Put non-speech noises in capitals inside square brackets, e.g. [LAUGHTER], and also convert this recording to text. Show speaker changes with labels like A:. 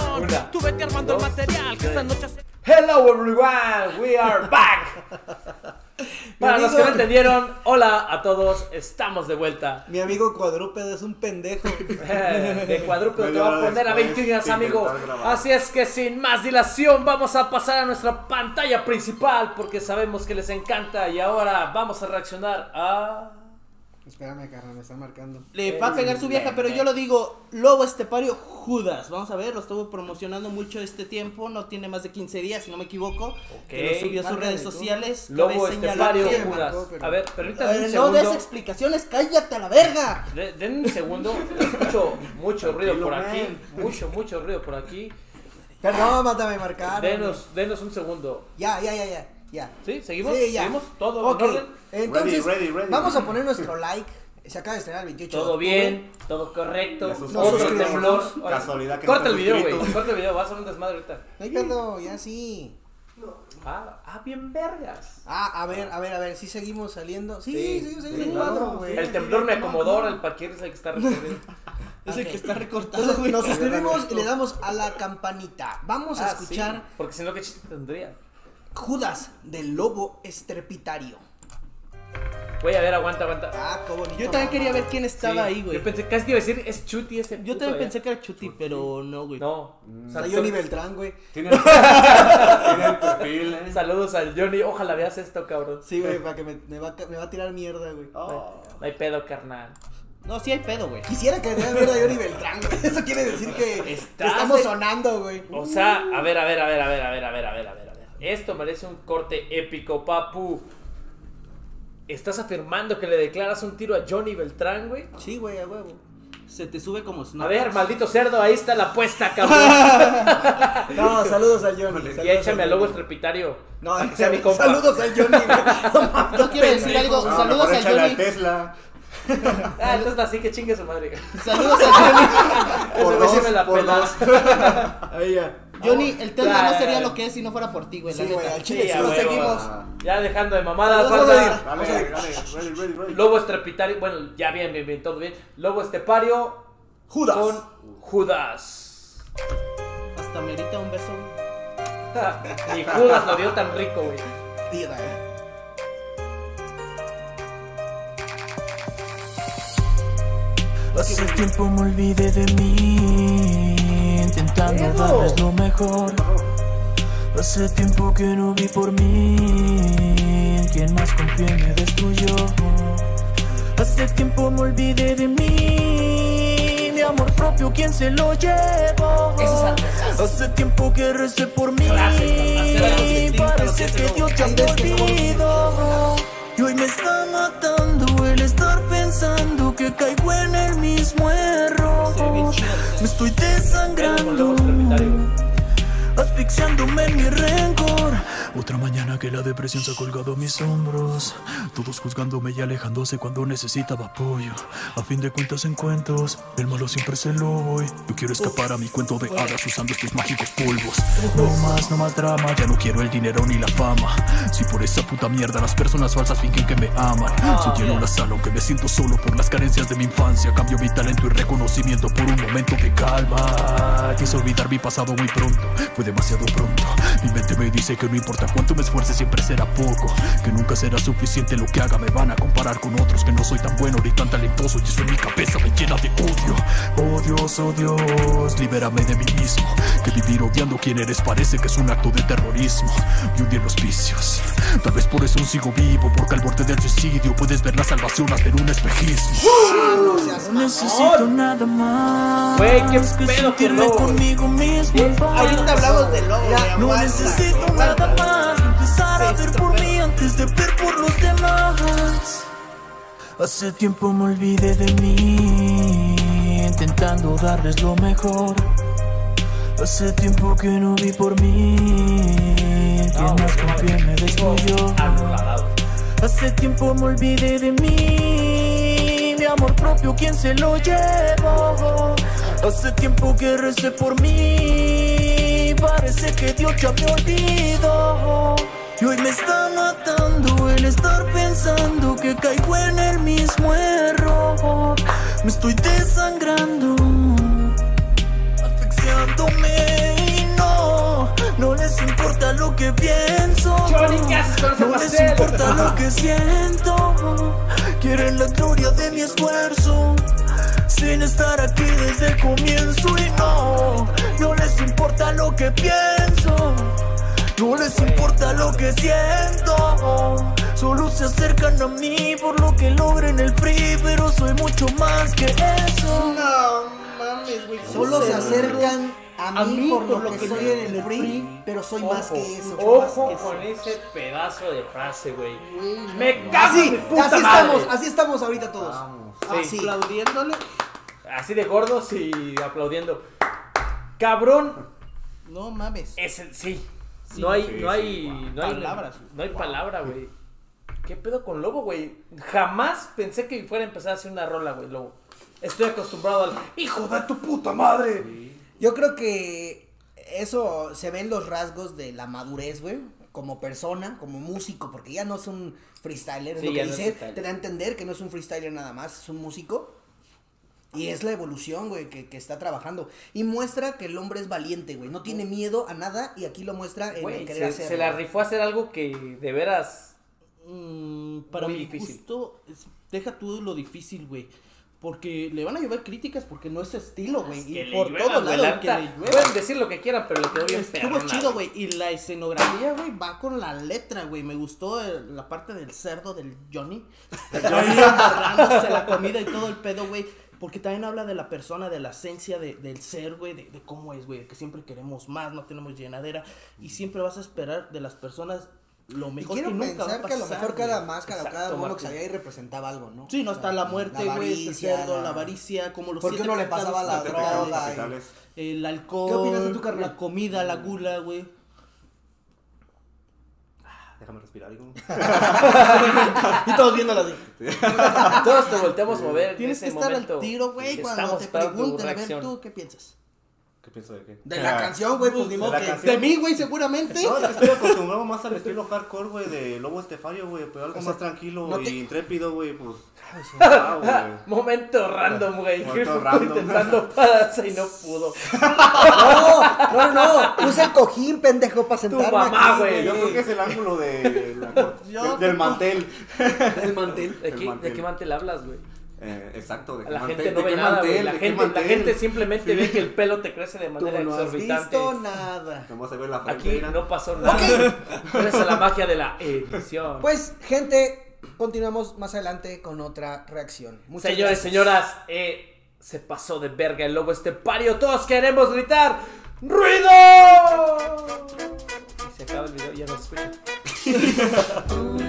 A: Una,
B: Tú vete armando
A: dos,
B: el material, que
A: tres.
B: esta noche se...
A: Hello everyone, we
B: [LAUGHS]
A: are back.
B: Para los que
C: amigo-
B: no entendieron, hola a todos, estamos de
C: [LAUGHS]
B: vuelta.
C: Mi amigo cuadrúpedo es un pendejo.
B: Eh, De cuadrúpedo te
A: Media
B: va a
A: hora
B: poner a
A: después
B: 20 días,
A: de
B: amigo.
A: intentar grabar.
B: Así es que sin más dilación, vamos a pasar a nuestra pantalla principal porque sabemos que les encanta y ahora vamos a reaccionar a.
C: [LAUGHS] Espérame, carnal, me está marcando.
B: Eh,
C: Le va a pegar su vieja, pero yo lo digo, Lobo Estepario Judas. Vamos a ver, lo estuvo promocionando mucho este tiempo, no tiene más de 15 días, si no me equivoco. Que lo subió a sus Márcale redes tú. sociales.
B: Lobo
C: cabe
B: Estefario
C: señalar que-
B: Judas.
C: Pero-
B: A ver,
C: Eh,
B: permítanme un
C: no des
B: segundo.
C: explicaciones, cállate a la verga.
B: De- Den un segundo. Escucho mucho ruido por
A: Tranquilo,
B: aquí. Mucho, mucho ruido por aquí.
C: Perdón, mátame marcar.
B: Denos, denos un segundo.
C: Ya, ya, ya, ya. Ya.
B: ¿Sí? ¿Seguimos?
C: Sí, ya.
B: ¿Seguimos? ¿Todo
C: Ok,
B: en orden?
C: Entonces,
A: Ready, ready, ready.
C: vamos a poner nuestro like. Se acaba de estrenar el 28 de
B: Todo
C: octubre.
B: bien, todo correcto.
A: Ya sus-
B: Otro
C: suscribimos.
B: temblor. Ahora,
A: Casualidad que no
B: corta el
A: estás
B: video, güey.
A: suscrito.
B: Corta el video, va a ser un desmadre ahorita.
C: No hay pedo, ya sí.
B: Ah, ah, bien vergas.
C: Ah, a ver, a ver, a ver, sí seguimos saliendo. Sí,
B: Sí,
C: seguimos
B: sí,
C: saliendo en
B: claro,
C: cuadro, güey.
B: El temblor me acomodó, el paquete es el que
C: [LAUGHS]
B: está recorriendo.
C: Es el que está
D: recortado,
C: Entonces nos suscribimos y le damos a la campanita. Vamos a
B: Ah, sí,
C: escuchar
B: porque si no, ¿qué chiste tendría?
C: Judas del Lobo Estrepitario.
B: Voy a ver, aguanta, aguanta.
C: Ah, qué bonito.
D: Yo también quería ver quién estaba
B: Sí,
D: ahí, güey.
B: Yo
D: Yo,
B: pensé, casi te iba a decir, es Chuti ese. puto,
D: también
B: eh.
D: pensé que era Chuti, pero no, güey.
B: No.
C: Está
B: Sal-
C: Johnny Beltrán, güey.
A: Tiene el, tiene el
B: [LAUGHS]
A: perfil, eh.
B: Saludos al Johnny, ojalá veas esto, cabrón.
C: Sí, güey, para que me, me va, a ca- me va a tirar mierda, güey.
A: Oh.
B: No hay pedo, carnal.
D: No, sí hay pedo, güey.
C: Quisiera que me tirara mierda a Johnny Beltrán, güey. Eso quiere decir que
B: Estás
C: estamos
B: de-
C: sonando, güey.
B: O sea, a ver, a ver, a ver, a ver, a ver, a ver, a ver, a ver, a ver. Esto merece un corte épico, papu. ¿Estás afirmando que le declaras un tiro a Johnny Beltrán, güey?
C: Sí, güey, a huevo.
D: Se te sube como
B: A
D: Snow.
B: ver, maldito cerdo, ahí está la
C: [LAUGHS]
B: apuesta, cabrón.
C: No, saludos a Johnny.
B: y échame al lobo estrepitario.
C: No, [LAUGHS]
B: para que sea mi compa.
C: saludos a Johnny, [LAUGHS] güey.
D: Yo quiero decir algo.
A: No,
D: saludos
A: Ah, mejor
D: a
A: échale
D: Johnny.
A: Tesla.
B: Ah, entonces así que chingue su madre.
D: Saludos a
B: [LAUGHS] Ese güey sí me la pela. [LAUGHS]
C: Ahí ya.
D: Johnny. Johnny, el Tesla
B: Ya,
D: no
B: ya,
D: sería
B: ya.
D: lo que es si no fuera por ti, güey. la
C: Sí, güey,
D: neta.
C: al chile,
B: Sí,
C: sí,
B: a
C: lo
B: huevo.
C: seguimos.
B: Ya dejando de mamadas,
C: Vamos a
B: banda.
C: ir.
A: Dale, dale, ready, ready, ready.
B: Lobo estrepitario. Bueno, ya bien, bien, bien, todo bien. Lobo estepario
C: Judas.
B: con Judas.
D: Hasta merita un beso. güey.
B: Ni Judas lo dio tan rico, güey.
C: Tira, eh.
E: Hace tiempo me olvidé de mí, intentando
B: Evo.
E: darles lo mejor. Hace tiempo que no vi por mí, quien más confió y me destruyó. Hace tiempo me olvidé de mí, mi amor propio, quien se lo llevó. Hace tiempo que recé por mí,
B: Clásico, hacer algo distinto a lo
E: parece
B: que
E: que
B: se
E: Dios ya
C: Hay
E: me
C: veces que no-
E: olvidó. Y hoy me está matando el estar pensando que caigo en el mismo
D: Se ve bien
E: error.
D: chido.
E: Me estoy
B: Pedo con lobo
E: desangrando,
B: estrepitario, güey.
E: asfixiándome en mi rencor. Otra mañana que la depresión se ha colgado a mis hombros. Todos juzgándome y alejándose cuando necesitaba apoyo. A fin de cuentas, en cuentos, el malo siempre es el lobo. y Yo quiero escapar a mi cuento de hadas usando estos mágicos polvos. No más, no más drama, ya no quiero el dinero ni la fama. Si por esa puta mierda las personas falsas fingen que me aman. Soy lleno la sal, aunque me siento solo por las carencias de mi infancia. Cambio mi talento y reconocimiento por un momento de calma. Quise olvidar mi pasado muy pronto, fue demasiado pronto. Mi mente me dice que no importa cuánto me esfuerce, siempre será poco. Que nunca será suficiente lo que haga, me van a comparar con otros. Que no soy tan bueno ni tan talentoso, y eso en mi cabeza me llena de odio. Oh Dios, oh Dios, libérame de mí mismo. Que vivir odiando quién eres parece que es un acto de terrorismo. Y hundí en los vicios. Tal vez por eso aún sigo vivo, porque al borde del suicidio puedes ver la salvación hasta en un espejismo.
C: No seas
E: No necesito nada más.
B: Güey, qué
E: que
B: pedo
E: sentirme
B: con Lobo,
E: conmigo mismo. en paz.
C: Ahorita hablamos del lobo, güey,
E: No
C: aguanta,
E: necesito
C: güey.
E: nada más. Empezar a ver
C: Esto,
E: por
C: pero-
E: mí antes de ver por los demás. Hace tiempo me olvidé de mí, intentando darles lo mejor. Hace tiempo que no vi por mí.
B: No,
E: Quien más confié me destruyó.
B: Anulado.
E: Hace tiempo me olvidé de mí, mi amor propio, quien se lo llevó. Hace tiempo que recé por mí, parece que Dios ya me olvidó. Y hoy me está matando el estar pensando que caigo en el mismo error. Me estoy desangrando, asfixiándome
B: con ese
E: No les
B: pastel.
E: importa lo que siento. Quieren la gloria de mi esfuerzo. Sin estar aquí desde el comienzo y no. No les importa lo que pienso. No les importa lo que siento. Solo se acercan a mí por lo que logren el free, pero soy mucho más que eso.
D: No mames, güey.
C: Solo se acercan a mí, por, lo que, soy en el free, pero soy más
B: Ojo,
C: que eso.
B: Ojo con ese pedazo de frase, güey. Me cago en
C: Así,
B: mi puta
C: así
B: madre.
C: estamos, así estamos ahorita todos. Ah, Así.
D: Aplaudiéndole.
B: Así de gordos y aplaudiendo. Cabrón,
C: No mames.
B: ese sí. No hay,
A: sí,
B: no hay, no hay
C: Palabras.
B: No hay palabra, güey. ¿Qué pedo con Lobo, güey? Jamás pensé que fuera a empezar a hacer una rola, güey, Lobo. Estoy acostumbrado al hijo de tu puta madre.
C: Yo creo que eso se ven los rasgos de la madurez, güey. Como persona, como músico, porque ya no es un freestyler, es
B: Sí,
C: lo
B: ya
C: que
B: no es
C: dice.
B: freestyler.
C: te da a entender que no es un freestyler nada más, es un músico. Y es la evolución, güey, que, que está trabajando. Y muestra que el hombre es valiente, güey. No tiene miedo a nada y aquí lo muestra en
B: Güey,
C: el querer
B: se,
C: hacer.
B: se la rifó a hacer algo que de veras.
D: Mm, para
B: Muy
D: mi
B: difícil.
D: gusto, es- deja tú lo difícil, güey. Porque le van a llover críticas porque no es su estilo, güey.
B: que
D: Y
B: le
D: por
B: llueva,
D: todo
B: güey,
D: lado
B: la
D: que le
B: neta.
D: llueva.
B: Pueden decir lo que quieran, pero le quedó bien
D: Estuvo
B: perrona,
D: chido,
B: güey.
D: güey. Y la escenografía, güey, va con la letra, güey. Me gustó eh, la parte del cerdo del
C: [LAUGHS]
D: Johnny. El Johnny embarrándose la comida y todo el pedo, güey. Porque también habla de la persona, de la esencia de- del ser, güey, de, de cómo es, güey, que siempre queremos más, no tenemos llenadera y siempre vas a esperar de las personas lo
C: Y
D: mejor
C: quiero
D: que nunca va
C: pensar
D: a
C: que a lo
D: pasar,
C: mejor cada
D: güey.
C: máscara o
B: Exacto,
C: cada mono que
B: Martín.
C: salía ahí representaba algo, ¿no?
D: Sí, no está la muerte, güey, el
C: avaricia,
D: cerdo, la avaricia, como los
C: ¿Por qué
D: siete
C: no le
D: pecados
C: pasaba la
A: Siete
D: capitales,
A: pecados
C: droga,
A: capitales.
D: el alcohol,
C: ¿Qué opinas de tu carnal?
D: la comida, la gula,
C: [LAUGHS]
D: güey.
A: Déjame respirar,
B: [LAUGHS]
A: hijo.
D: Y todos viéndola así.
B: Todos te volteamos a mover. en
D: Tienes que
B: ese
D: estar
B: momento.
D: al tiro, güey,
B: Te
D: cuando
B: estamos
D: te
B: esperando tu
D: pregunten, a ver
B: reacción.
D: tú qué piensas.
A: ¿Qué pienso de qué?
C: De la
A: Ah,
C: canción, güey, pues ni
A: de
C: modo
A: la
C: que-
A: canción.
D: De mí, güey, seguramente.
A: No, es que estoy acostumbrado más al estilo hardcore, güey, de Lobo Estefario, güey, pero algo más tranquilo
C: no
A: y
C: te-
A: intrépido, güey, pues. ah, güey.
B: Momento random, güey. [LAUGHS]
A: Momento
B: Estuve
A: random.
B: Intentando padarse y no pudo.
C: No, no, no. Usa el cojín, pendejo, para sentarme
B: mamá, [LAUGHS]
C: aquí,
B: güey.
A: Yo creo que es el ángulo de la
B: [LAUGHS]
A: cor-
D: Yo-
A: del mantel.
B: El mantel. ¿De
A: [LAUGHS] El
B: qué,
A: mantel.
B: de qué mantel hablas, güey?
A: Eh, exacto, de
B: La
A: qué
B: gente
A: mantel,
B: no
A: de
B: ve
A: qué
B: nada, güey.
A: mantel,
B: La
A: de qué
B: gente, la
A: mantel.
B: gente simplemente ve que el pelo te crece de
C: Tú
B: manera
C: no has
B: exorbitante.
C: visto nada.
A: Nomás se ve la
B: Aquí
A: frontera.
B: no pasó nada. [LAUGHS] Pero esa es la magia de la edición.
C: Pues, gente, continuamos más adelante con otra reacción. Muchas
B: Señores,
C: gracias.
B: señoras, eh, se pasó de verga el lobo este pario. Todos queremos gritar ¡Ruido! Y se acaba el video, ya no se escucha.